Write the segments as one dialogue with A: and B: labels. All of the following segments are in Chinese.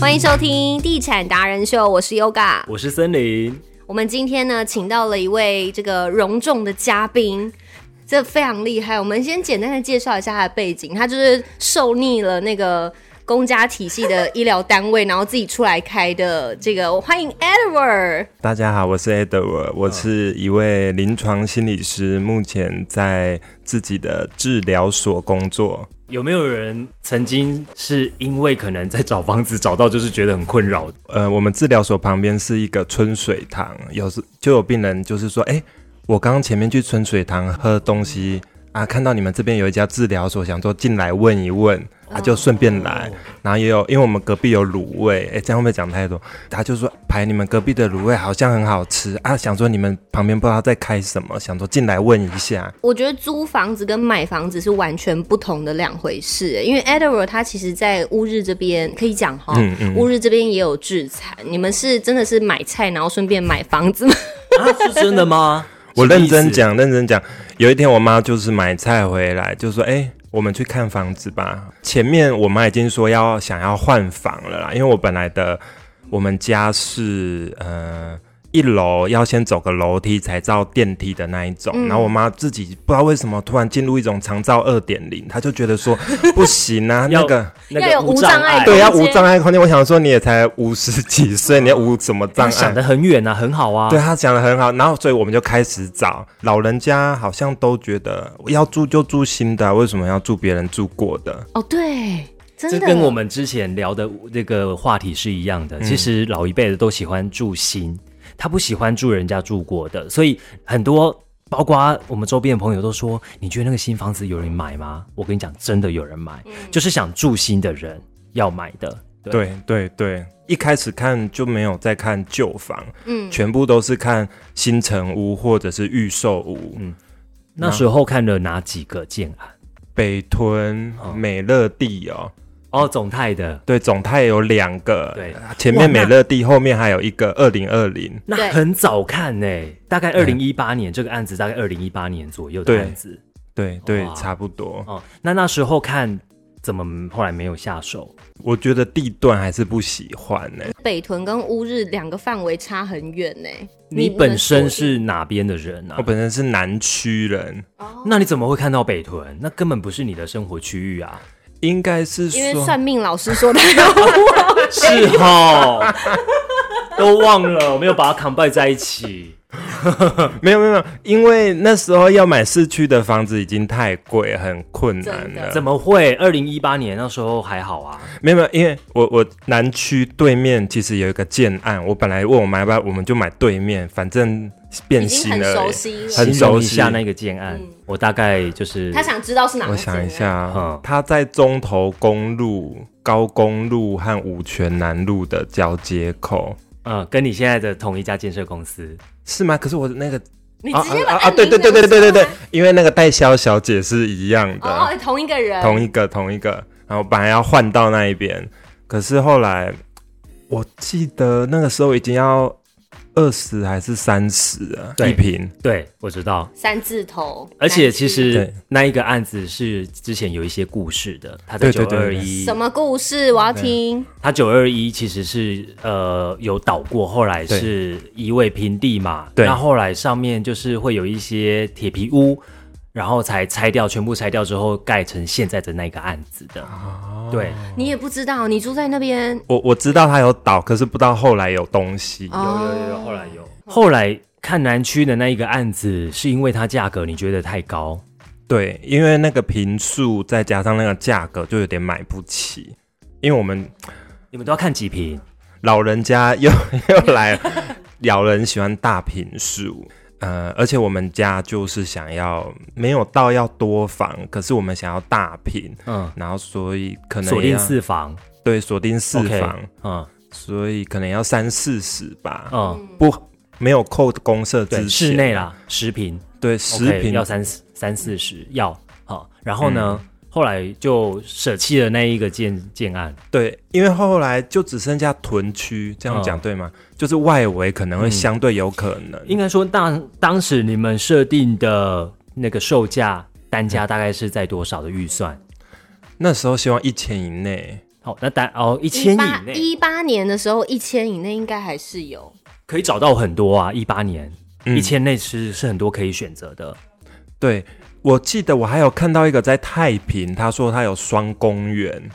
A: 欢迎收听《地产达人秀》，我是 Yoga。
B: 我是森林，
A: 我们今天呢，请到了一位这个隆重的嘉宾，这非常厉害。我们先简单的介绍一下他的背景，他就是受逆了那个公家体系的医疗单位，然后自己出来开的这个。我欢迎 Edward。
C: 大家好，我是 Edward，我是一位临床心理师，目前在自己的治疗所工作。
B: 有没有人曾经是因为可能在找房子找到就是觉得很困扰？
C: 呃，我们治疗所旁边是一个春水堂，有时就有病人就是说，哎、我刚刚前面去春水堂喝东西啊，看到你们这边有一家治疗所，想说进来问一问。啊，就顺便来，然后也有，因为我们隔壁有卤味，哎、这样会不会讲太多？他就说排你们隔壁的卤味好像很好吃啊，想说你们旁边不知道在开什么，想说进来问一下。
A: 我觉得租房子跟买房子是完全不同的两回事欸，因为 Edward 他其实，在乌日这边可以讲哈，乌日这边也有制裁，你们是真的是买菜然后顺便买房子吗？
B: 啊，是真的 吗？
C: 我认
B: 什么
C: 真
B: 意思，
C: 讲，认真讲。有一天，我妈就是买菜回来，就说：“哎、我们去看房子吧。”前面我妈已经说要想要换房了啦，因为我本来的我们家是呃一楼要先走个楼梯才到电梯的那一种。
B: 嗯
C: 然后我妈自己不知道为什么突然进入一种长照二点零，她就觉 得说不行啊，那
B: 要
C: 个。
B: 那
A: 要有
B: 个
A: 无
B: 无
A: 障
B: 障
A: 碍
B: 碍，
C: 对，要
A: 空
C: 无
A: 间
C: 障碍空间。我想说，你也才五十几
B: 嗯
C: 岁，你要无什么
B: 他
C: 障碍？
B: 想得很远啊，很好啊。
C: 哎对他讲的很好，然后所以我们就开始找老人家，好像都觉得要住就住新的啊、为什么要住别人住过的？
A: 哦，对，真
B: 这
A: 的
B: 跟我们之前聊的这个话题是一样的。其实老一辈的都喜欢住新，他不喜欢住人家住过的，所以很多。包括我们周边的朋友都说，你觉得那个新房子有人买吗？我跟你讲，真的有人买，就是想住新的人要买的。对
C: 对对对，一开始看就没有在看旧房，
A: 嗯
C: 全部都是看新城屋或者是预售屋，
B: 嗯那时候看了哪几个建案？
C: 北屯、美乐蒂哦，
B: 哦，总泰的，
C: 对，总泰有两个，啊
B: 对
C: 前面
B: 哇那
C: 美乐蒂，后面还有一个二零二零。
B: 那
A: 对
B: 很早看呢、大概二零一八年、这个案子，大概二零一八年左右的
C: 对
B: 案子
C: 对对
B: 哇，
C: 差不多。
B: 哦。那那时候看怎么后来没有下手？
C: 我觉得地段还是不喜欢欸呢、
A: 北屯跟乌日两个范围差很远呢。
B: 你
A: 们
B: 本身是哪边的人啊
C: 我？本身是南区人，
A: 哦
B: 那你怎么会看到北屯？那根本不是你的生活区域 啊！
C: 应该是
A: 因为
C: 说
A: 算命老师说的，
B: 是哦，都忘了，我没有把它 combine 在一起。
C: 没有没有，没有，因为那时候要买市区的房子已经太贵，很困难
A: 真的
C: 了
B: 怎。么会？二零一八年那时候还好啊。
C: 没有没有，因为我我南区对面其实有一个建案，我本来问我妈要不要，我们就买对面，反正变
A: 已经
C: 心
A: 很
C: 了
A: 熟
C: 耶。
A: 悉了。
C: 很
B: 形容
C: 熟
B: 一
C: 悉
B: 下那个建案，我大概就是
A: 嗯他想知道是哪个
C: 我
A: 字
C: 想一下，
B: 嗯
C: 啊，它在中投公路、高公路和五泉南路的交接口，
B: 嗯，跟你现在的同一家建设公司，
C: 是吗？可是我那个
A: 你直接把
C: 啊，
A: 案
C: 对
A: 名
C: 对对
A: 讲
C: 对
A: 出
C: 对对对
A: 来，
C: 因为那个代销小姐是一样的。
B: 啊
A: 哦，同一个人，
C: 同一个同一个，然后本来要换到那一边，可是后来我记得那个时候已经要二十还是三十了
B: 对
C: 一瓶，
B: 对我知道。
A: 三字头，
B: 而且
A: 南区
B: 其实
C: 对
B: 那一个案子是之前有一些故事的，他在九
C: 对对
B: 二
C: 对
B: 一，
A: 什么故事我要听？
B: 他九二一其实是呃有倒过，后来
C: 对
B: 是一位平地嘛，
C: 对
B: 那后来上面就是会有一些铁皮屋，然后才拆掉，全部拆掉之后盖成现在的那个案子的，
C: 啊
B: 对，
A: 你也不知道，你住在那边
C: 我我知道它有倒，可是不知道后来有东西。
A: 哦，
B: 有有，后来有，后来看南区的那一个案子，是因为它价格你觉得太高，
C: 对，因为那个瓶数再加上那个价格，就有点买不起。因为我们
B: 你们都要看几平？
C: 老人家又 又来了，老人喜欢大平数，呃，而且我们家就是想要没有到要多房，可是我们想要大平，
B: 嗯，
C: 然后所以可能
B: 锁
C: 要
B: 定四房，
C: 对锁定四
B: OK
C: 房
B: 嗯
C: 所以可能要三四十吧，
B: 嗯，
C: 不没有扣公社之
B: 对，
C: 前
B: 室内啦，十平，
C: 对十
B: OK，
C: 平嗯
B: 要三四三四十，要好。然后呢，后来就舍弃了那一个建建案，
C: 对，因为后来就只剩下屯区，这样讲
B: 嗯
C: 对吗？就是外围可能会相对有可能，
B: 应该说当当时你们设定的那个售
C: 嗯
B: 价单价大概是在多少的预算？
C: 那时候希望一千以内，
B: 好，那单哦一千
A: 八
B: 以内
A: 一八年的时候，一千以内应该还是有。
B: 可以找到很多啊，一八年
C: 嗯
B: 一千内是是很多可以选择的。
C: 对，我记得我还有看到一个在太平，他说他有双公园，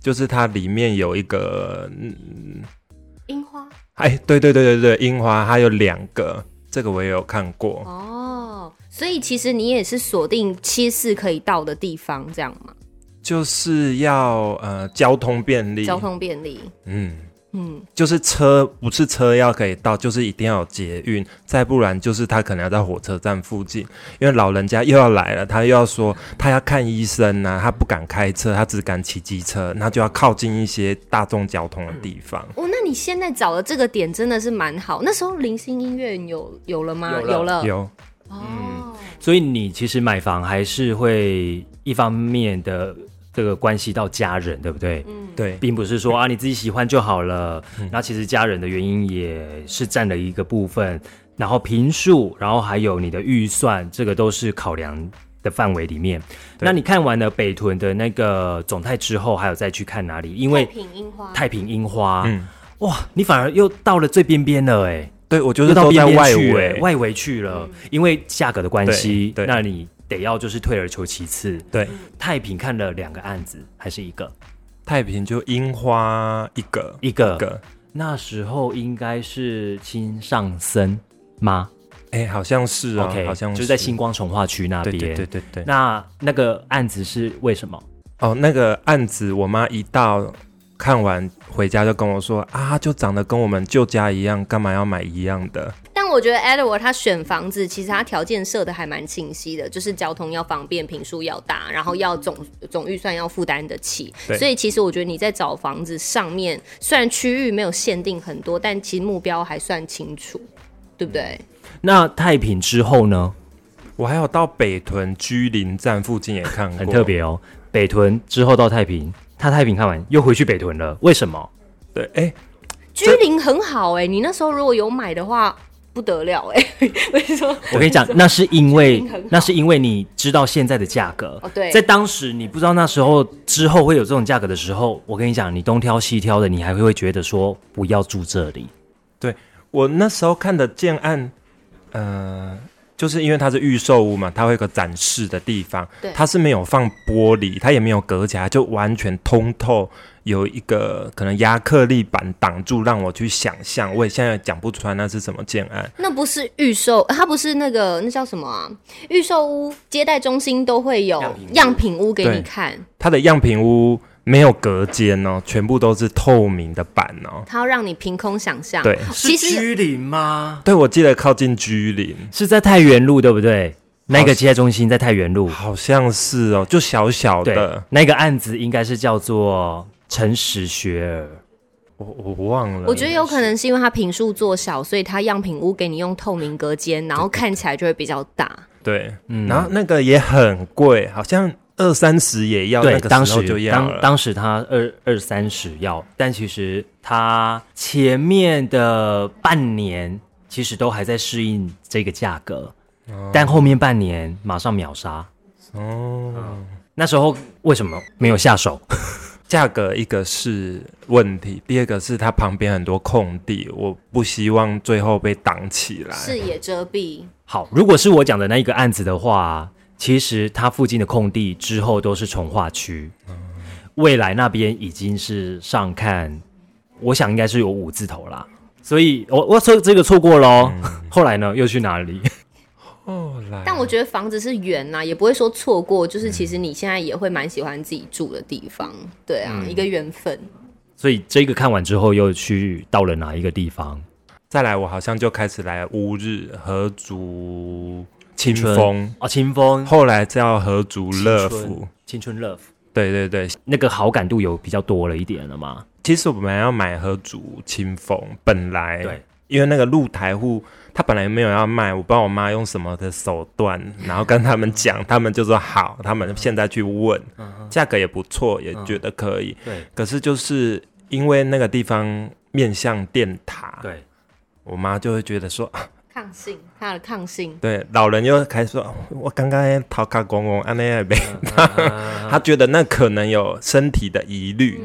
C: 就是它里面有一个，嗯，
A: 樱花
C: 哎，对对对对对，樱花，它有两个，这个我也有看过。
A: 哦，所以其实你也是锁定七四可以到的地方，这样吗？
C: 就是要呃交通便利，
A: 交通便利，
C: 嗯，
A: 嗯，
C: 就是车不是车要可以到，就是一定要有捷运，再不然就是他可能要在火车站附近，因为老人家又要来了，他又要说他要看医生呐、他不敢开车，他只敢骑机车，那就要靠近一些大众交通的地方。
A: 哦，那你现在找的这个点真的是蛮好。那时候零星音乐有有了吗？
B: 有了嗯
C: 有
A: 哦，
B: 所以你其实买房还是会一方面的这个关系到家人，对不对？
A: 嗯
C: 对嗯
B: 并不是说啊你自己喜欢就好了。那其实家人的原因也是占了一个部分，然后平数，然后还有你的预算，这个都是考量的范围里面。
C: 对
B: 那你看完了北屯的那个总泰之后，还有再去看哪里？因
A: 太
B: 为
A: 平樱花，
B: 太平樱花，
C: 嗯
B: 哇，你反而又到了最边边了哎、
C: 对，我就
B: 就是是
C: 都
B: 到边
C: 在
B: 边
C: 外
B: 去
C: 围嗯
B: 了，外围去了，因为价格的关系，
C: 对对
B: 那你得要就是退而求其次。
C: 对
B: 太平看了两个案子，还是一个
C: 太平就樱花一个
B: 一个
C: 一个，
B: 那时候应该是新上森吗、
C: 哎、好像是哦
B: o k
C: 好像
B: 就是在星光重化区那
C: 对
B: 边。
C: 对对对对。
B: 那那个案子是为什么？
C: 哦，那个案子，我妈一到看完回家就跟我说啊，就长得跟我们旧家一样，干嘛要买一样的？
A: 但我觉得 Edward 他选房子，其实他条件设的还蛮清晰的，就是交通要方便，平数要大，然后要总总预算要负担得起
C: 对。
A: 所以其实我觉得你在找房子上面，虽然区域没有限定很多，但其实目标还算清楚，对不
B: 嗯
A: 对？
B: 那太平之后呢？
C: 我还有到北屯居林站附近也看过，
B: 很特。别哦，北屯之后到太平，他太平看完又回去北屯了，为什么？
C: 对，哎、
A: 居林很好哎、你那时候如果有买的话，不得了哎、 我跟你说，
B: 我跟 你讲，那是因为
A: 心情很好
B: 那是因为你知道现在的价格。
A: 哦对
B: 在当时你不知道那时候之后会有这种价格的时候，我跟你讲，你东挑西挑的，你还会会觉得说不要住这里。
C: 对我那时候看的建案，呃，就是因为它是预售屋嘛，它会有个展示的地方
A: 对，
C: 它是没有放玻璃，它也没有隔起来，就完全通透，有一个可能亚克力板挡住，让我去想象。我也现在讲不出来那是什么建案。
A: 那不是预售，它不是那个那叫什么啊？预售屋接待中心都会有
B: 样品屋
A: 样品屋给
C: 对
A: 你看。
C: 它的样品屋没有隔间哦，全部都是透明的板哦。
A: 它要让你凭空想象。
C: 对
A: 其实
B: 林吗？
C: 对，我记得靠近居林，
B: 是在太原路对不对？那个接待中心在太原路，
C: 好像是哦，就小小
B: 对
C: 的，，
B: 那个案子应该是叫做诚实学儿。
C: 我我忘了。
A: 我觉得有可能是因为它平数做小，所以它样品屋给你用透明隔间，然后看起来就会比较大。
C: 对，
B: 嗯
C: 然后那个也很贵，好像二三十也要，
B: 对
C: 那，
B: 当
C: 个时候
B: 时
C: 就要
B: 当
C: 了。
B: 当时他二二三十要，但其实他前面的半年其实都还在适应这个价格，但后面半年马上秒杀。
C: 哦，
B: 那时候为什么没有下手？
C: 价格一个是问题，第二个是它旁边很多空地，我不希望最后被挡起来。
A: 视野遮蔽，
B: 好，如果是我讲的那一个案子的话，其实它附近的空地之后都是从化区，未来那边已经是上看，我想应该是有五字头啦。所以，我我错这个错过喽。
C: 嗯
B: 后来呢，又去哪里？
C: 后来，
A: 但我觉得房子是圆呐、也不会说错过，就是其实你现在也会蛮喜欢自己住的地方。对啊，
C: 嗯
A: 一个缘分。
B: 所以这个看完之后，又去到了哪一个地方？
C: 再来，我好像就开始来乌日、合族、清
B: 春
C: 风，
B: 哦，清风
C: 后来叫合族乐
B: 青春
C: 府。
B: 青春 love，
C: 对对对，
B: 那个好感度有比较多了一点了吗？
C: 其实我们要买合族清风，本来
B: 对，
C: 因为那个露台户他本来没有要卖，我不知道我妈用什么的手段，然后跟他们
B: 嗯
C: 讲，他们就说好，他们现在去问，价格也不错，也觉得可以，
B: 对
C: 可是就是因为那个地方面向电塔，
B: 对，
C: 我妈就会觉得说
A: 抗性，它的抗性，
C: 对，老人又开始说，哦我刚刚逃卡公公安那也没，他觉得那可能有身体的疑虑，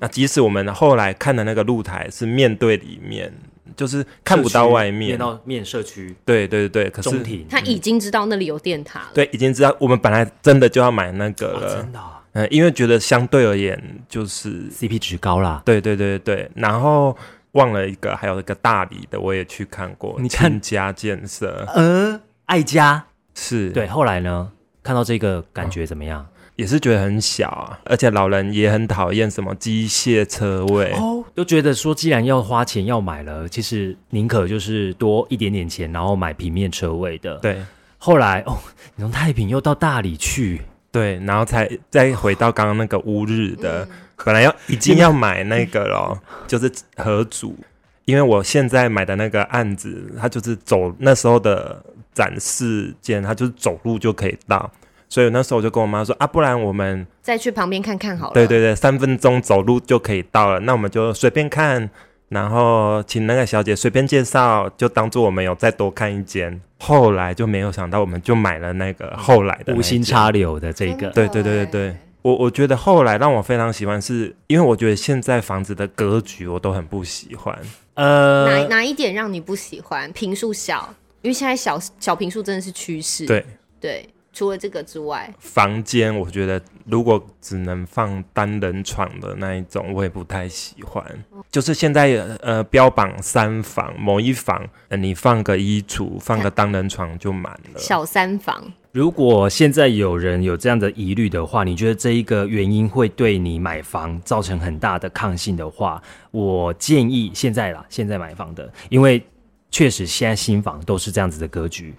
C: 那即使我们后来看的那个露台是面对里面，就是看不到外面
B: 面，到面社区
C: 对对对，可
B: 中
C: 是
B: 庭，
A: 他已经知道那里有电塔了。
C: 对已经知道我们本来真的就要买那个
B: 哦
C: 了，
B: 真的啊
C: 嗯，因为觉得相对而言就是，
B: CP 值高啦。
C: 对对对对，然后忘了一个，还有一个大理的我也去看过，
B: 你看
C: 亲家建设
B: 呃，爱家
C: 是，
B: 对，后来呢，看到这个感觉怎么样？
C: 也是觉得很小啊，而且老人也很讨厌什么机械车位，
B: 哦，都觉得说，既然要花钱要买了，其实宁可就是多一点点钱，然后买平面车位的。，
C: 对
B: 后来哦，你从太平又到大理去，
C: 对，然后才再回到刚刚那个乌日的，本来要已经要买那个咯，就是合组，因为我现在买的那个案子，它就是走那时候的展示间，它就是走路就可以到。所以那时候我就跟我妈说啊，不然我们
A: 再去旁边看看好了。
C: 对对对，三分钟走路就可以到了。那我们就随便看，然后请那个小姐随便介绍，就当做我们有再多看一间。后来就没有想到，我们就买了那个后来的那一间
B: 无心。插柳的这个，
C: 对对对对对，我我觉得后来让我非常喜欢是，因为我觉得现在房子的格局我都很不喜欢。
A: 哪
B: 呃，
A: 哪一点让你不喜欢？平数小，因为现在小小平数真的是趋势。
C: 对，
A: 对，除了这个之外，
C: 房间我觉得如果只能放单人床的那一种，我也不太喜欢。就是现在呃标榜三房，某一房、呃、你放个衣橱，放个单人床就满了。
A: 小三房
B: 如果现在有人有这样的疑虑的话，你觉得这一个原因会对你买房造成很大的抗性的话，我建议现在啦，现在买房的，因为确实现在新房都是这样子的格局，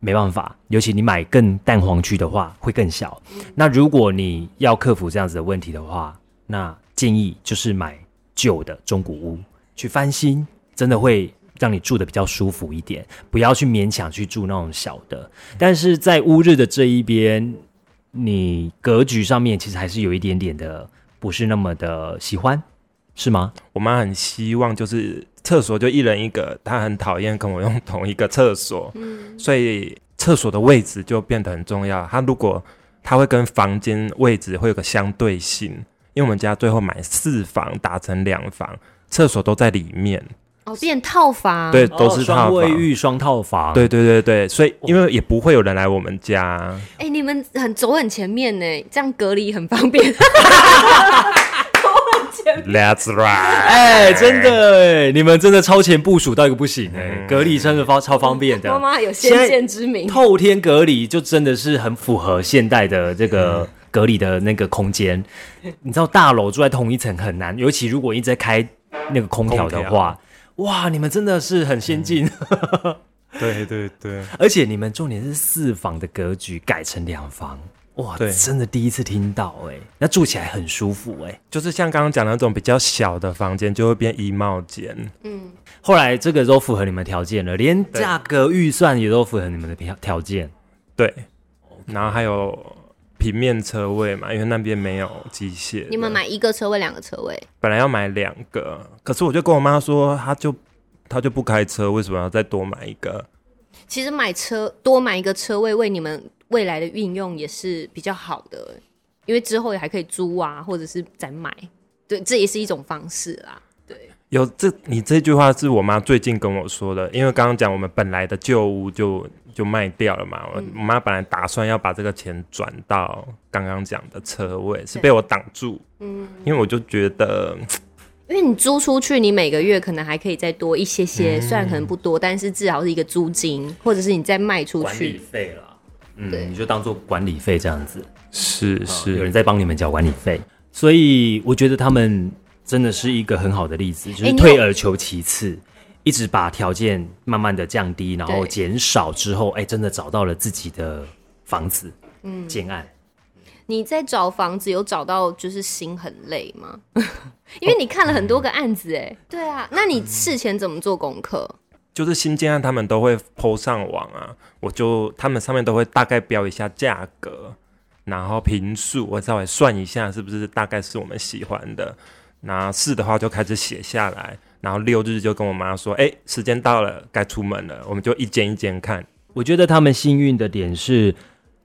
B: 没办法，尤其你买更蛋黄区的话，会更小。那如果你要克服这样子的问题的话，那建议就是买旧的中古屋去翻新，真的会让你住的比较舒服一点，不要去勉强去住那种小的。但是在乌日的这一边，你格局上面其实还是有一点点的不是那么的喜欢，是吗？
C: 我妈很希望就是厕所就一人一个，她很讨厌跟我用同一个厕所，所以厕所的位置就变得很重要。她如果她会跟房间位置会有个相对性，因为我们家最后买四房打成两房，厕所都在里面。
A: 哦，变套房。
C: 对，都是套
B: 哦双
C: 房。
B: 卫浴、双套房，
C: 对对对对，所以因为也不会有人来我们家，
A: 哎、你们很走很前面呢，这样隔离很方 便。
C: That's right。
B: 哎，真的哎，你们真的超前部署到一个不行哎，隔离真的方超方便
C: 啊
A: 妈
B: 的，
A: 妈有先见之明，
B: 透天隔离就真的是很符合现代的这个隔离的那个空间。你知道大楼住在同一层很难，尤其如果一直在开那个空调的话，哇，你们真的是很先进，
C: 对对对，
B: 而且你们重点是四房的格局改成两房。哇，
C: 对
B: 真的第一次听到哎、那住起来很舒服哎、
C: 就是像刚刚讲的那种比较小的房间，就会变衣帽间。
B: 后来这个都符合你们条件了，连价格预算也都符合你们的条条件。
C: 对，然后还有平面车位嘛，因为那边没有机械的。
A: 你们买一个车位，两个车位，
C: 本来要买两个，可是我就跟我妈说，她就她就不开车，为什么要再多买一个？
A: 其实买车多买一个车位，为你们未来的运用也是比较好的，因为之后也还可以租啊，或者是再买，对，这也是一种方式啦。
C: 有这，你这句话是我妈最近跟我说的，因为刚刚讲我们本来的旧屋就就卖掉了嘛，我我妈本来打算要把这个钱转到刚刚讲的车位，是被我挡住，嗯，因为我就觉得
A: 因为你租出去，你每个月可能还可以再多一些些，
B: 嗯
A: 虽然可能不多，但是至少是一个租金，或者是你再卖出去。
B: 费啦，
A: 对
B: 嗯，你就当做管理费这样子，
C: 是
B: 啊有人
C: 是，
B: 在帮你们缴管理费，所以我觉得他们真的是一个很好的例子，就
A: 哎
B: 是
A: 你有
B: 退而求其次。一直把条件慢慢的降低，然后
A: 对
B: 减少之后，哎，真的找到了自己的房子，嗯，建案。
A: 你在找房子有找到就是心很累吗？
B: 哦
A: 因为你看了很多个案子、哎、
B: 嗯
A: 对啊，那你事前怎么做功课？
C: 就是新建案他们都会 PO 上网啊，我就他们上面都会大概标一下价格，然后平数，我稍微算一下是不是大概是我们喜欢的。那是的话就开始写下来，然后六日就跟我妈说，哎、时间到了，该出门了，我们就一间一间看。
B: 我觉得他们幸运的点是，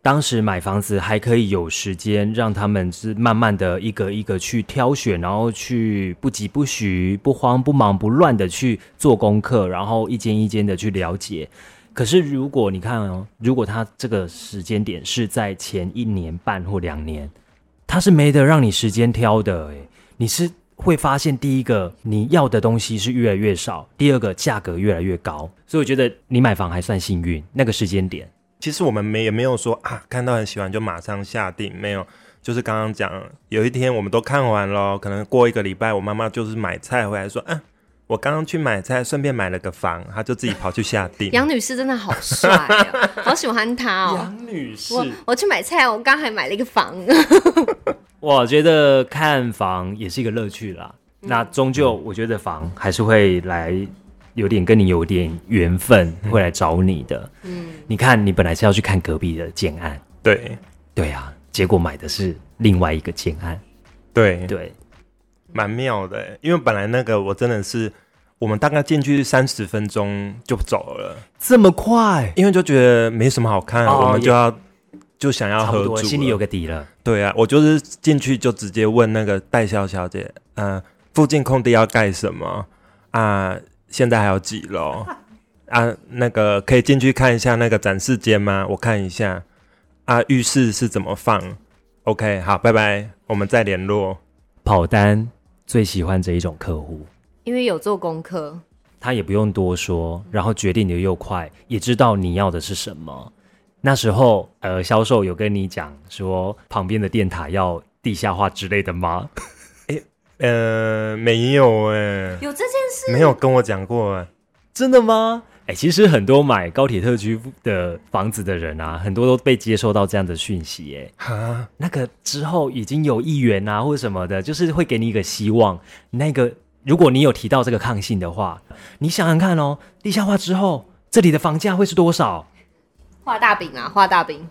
B: 当时买房子还可以有时间让他们是慢慢的一个一个去挑选，然后去不急不徐、不慌不忙、不乱的去做功课，然后一间一间的去了解。可是如果你看哦，如果他这个时间点是在前一年半或两年，他是没得让你时间挑的，欸诶，你是会发现第一个你要的东西是越来越少，第二个价格越来越高，所以我觉得你买房还算幸运，那个时间点。
C: 其实我们没也没有说啊，看到很喜欢就马上下定，没有，就是刚刚讲，有一天我们都看完了，可能过一个礼拜，我妈妈就是买菜回来说，啊，我刚刚去买菜，顺便买了个房，她就自己跑去下 定。
A: 杨女士真的好帅 哦，好喜欢他哦。
B: 女士
A: 我我去买菜，我刚还买了一个房。
B: 我觉得看房也是一个乐趣啦。那终究，我觉得房还是会来，有点跟你有点缘分，会来找你的。嗯，你看，你本来是要去看隔壁的建案，
C: 对
B: 对啊，结果买的是另外一个建案，
C: 对，
B: 对，
C: 蛮妙的欸，因为本来那个我真的是，我们大概进去三十分钟就走了，
B: 这么快，
C: 因为就觉得没什么好看，
B: 哦
C: 我们就要就想要
B: 差不
C: 合
B: 多
C: 租了，
B: 心里有个底了。
C: 对啊，我就是进去就直接问那个代销小姐，呃，附近空地要盖什么啊、现在还有几楼啊？那个可以进去看一下那个展示间吗？我看一下啊，浴室是怎么放？OK，好，拜拜，我们再联络。
B: 跑单最喜欢这一种客户，
A: 因为有做功课，
B: 他也不用多说，然后决定的又快，也知道你要的是什么。那时候，呃，销售有跟你讲说旁边的电塔要地下化之类的吗？
C: 呃，没有哎、
A: 有这件事
C: 没有跟我讲过、欸，
B: 真的吗？哎、其实很多买高铁特区的房子的人啊，很多都被接收到这样的讯息、哎，
C: 哈，
B: 那个之后已经有议员啊或者什么的，就是会给你一个希望。那个如果你有提到这个抗性的话，你想想看哦，地下化之后这里的房价会是多少？
A: 画大饼啊，画大饼。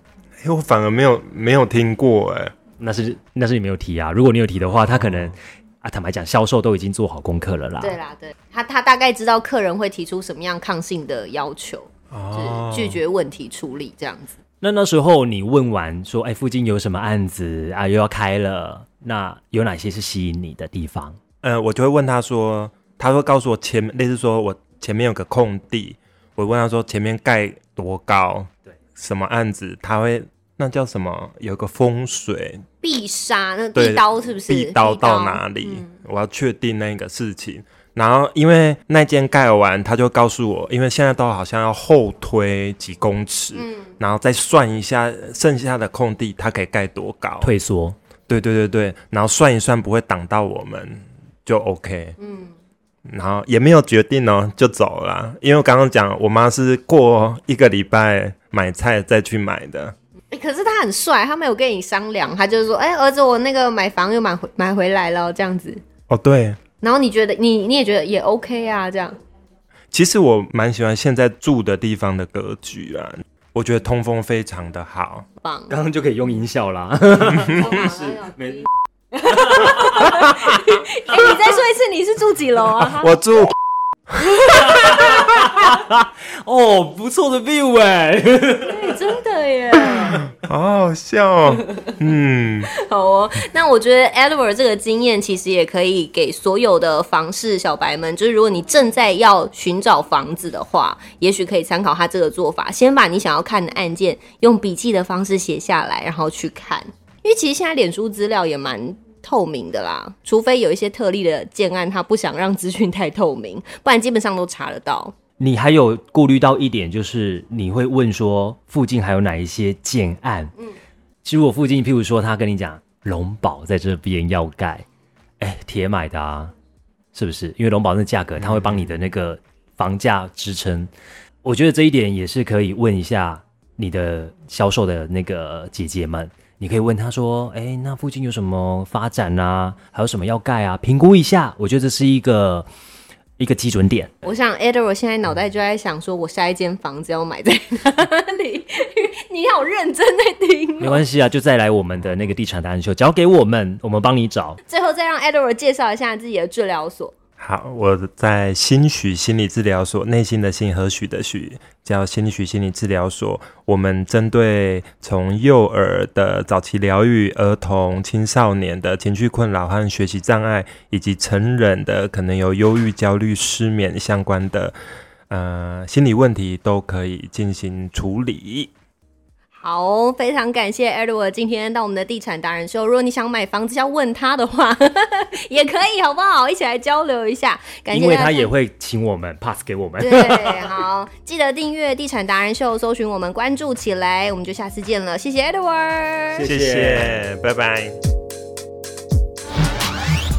C: 哎、我反而没有没有听过、欸，哎，
B: 那是那是你没有提啊。如果你有提的话，他可能、啊，坦白讲，销售都已经做好功课了啦。
A: 对啦，对他他大概知道客人会提出什么样抗性的要求，
C: 哦
A: 就是拒绝问题处理这样子。
B: 那那时候你问完说，哎，附近有什么案子啊，又要开了，那有哪些是吸引你的地方？
C: 呃，我就会问他说，他会告诉我前类似说我前面有个空地，我问他说前面盖多高，
B: 对，
C: 什么案子，他会那叫什么？有个风水
A: 必杀那
C: 对
A: 必刀是不是？
C: 地道到哪里，
A: 嗯
C: 我要确定那个事情。然后因为那间盖完，他就告诉我，因为现在都好像要后推几公尺，
A: 嗯
C: 然后再算一下剩下的空地，它可以盖多高。
B: 退缩，
C: 对对对对，然后算一算不会挡到我们就 OK。嗯，然后也没有决定哦，就走了啦。因为我刚刚讲，我妈是过一个礼拜买菜再去买的。
A: 欸可是他很帅，他没有跟你商量，他就是说，哎、儿子，我那个买房又买回买回来了这样子。
C: 哦，对，
A: 然后你觉得你你也觉得也 OK 啊，这样
C: 其实我蛮喜欢现在住的地方的格局啊，我觉得通风非常的好。
A: 棒。
B: 刚刚就可以用音效啦。
A: 没。哎、你再说一次，你是住几楼啊？
C: 我住
B: 哦，不错的 view 哎、
A: 对，真的耶。
C: 好好笑、 哦，嗯，
A: 好哦，那我觉得 Edward 这个经验其实也可以给所有的房市小白们，就是如果你正在要寻找房子的话，也许可以参考他这个做法，先把你想要看的案件用笔记的方式写下来，然后去看，因为其实现在脸书资料也蛮。透明的啦，除非有一些特例的建案，他不想让资讯太透明，不然基本上都查得到。
B: 你还有顾虑到一点，就是你会问说附近还有哪一些建案？嗯，其实我附近，譬如说他跟你讲龙宝在这边要盖，哎，铁买的啊，是不是？因为龙宝那价格，他会帮你的那个房价支撑。我觉得这一点也是可以问一下你的销售的那个姐姐们，你可以问她说，哎，那附近有什么发展啊？还有什么要盖啊？评估一下，我觉得这是一个一个基准点。
A: 我想 Edward 现在脑袋就在想，说我下一间房子要买在哪里？ 你好认真在听哦、
B: 没关系啊，就再来我们的那个地产达人秀，交给我们，我们帮你找。
A: 最后再让 Edward 介绍一下自己的治疗所。
C: 好，我在新许心理治疗所，内心的心和许的许，叫新许心理治疗所。我们针对从幼儿的早期疗愈、儿童、青少年的情绪困扰和学习障碍，以及成人的可能有忧郁、焦虑、失眠相关的呃心理问题，都可以进行处理。
A: 好，非常感谢 Edward 今天到我们的地产达人秀。如果你想买房子要问他的话， 也可以，好不好？一起来交流一下。感谢
B: 因为
A: 大家
B: 他也会请我们 pass 给我们。
A: 对，好，记得订阅地产达人秀，搜寻我们，关注起来，我们就下次见了。谢谢 Edward，
C: 谢谢，拜拜。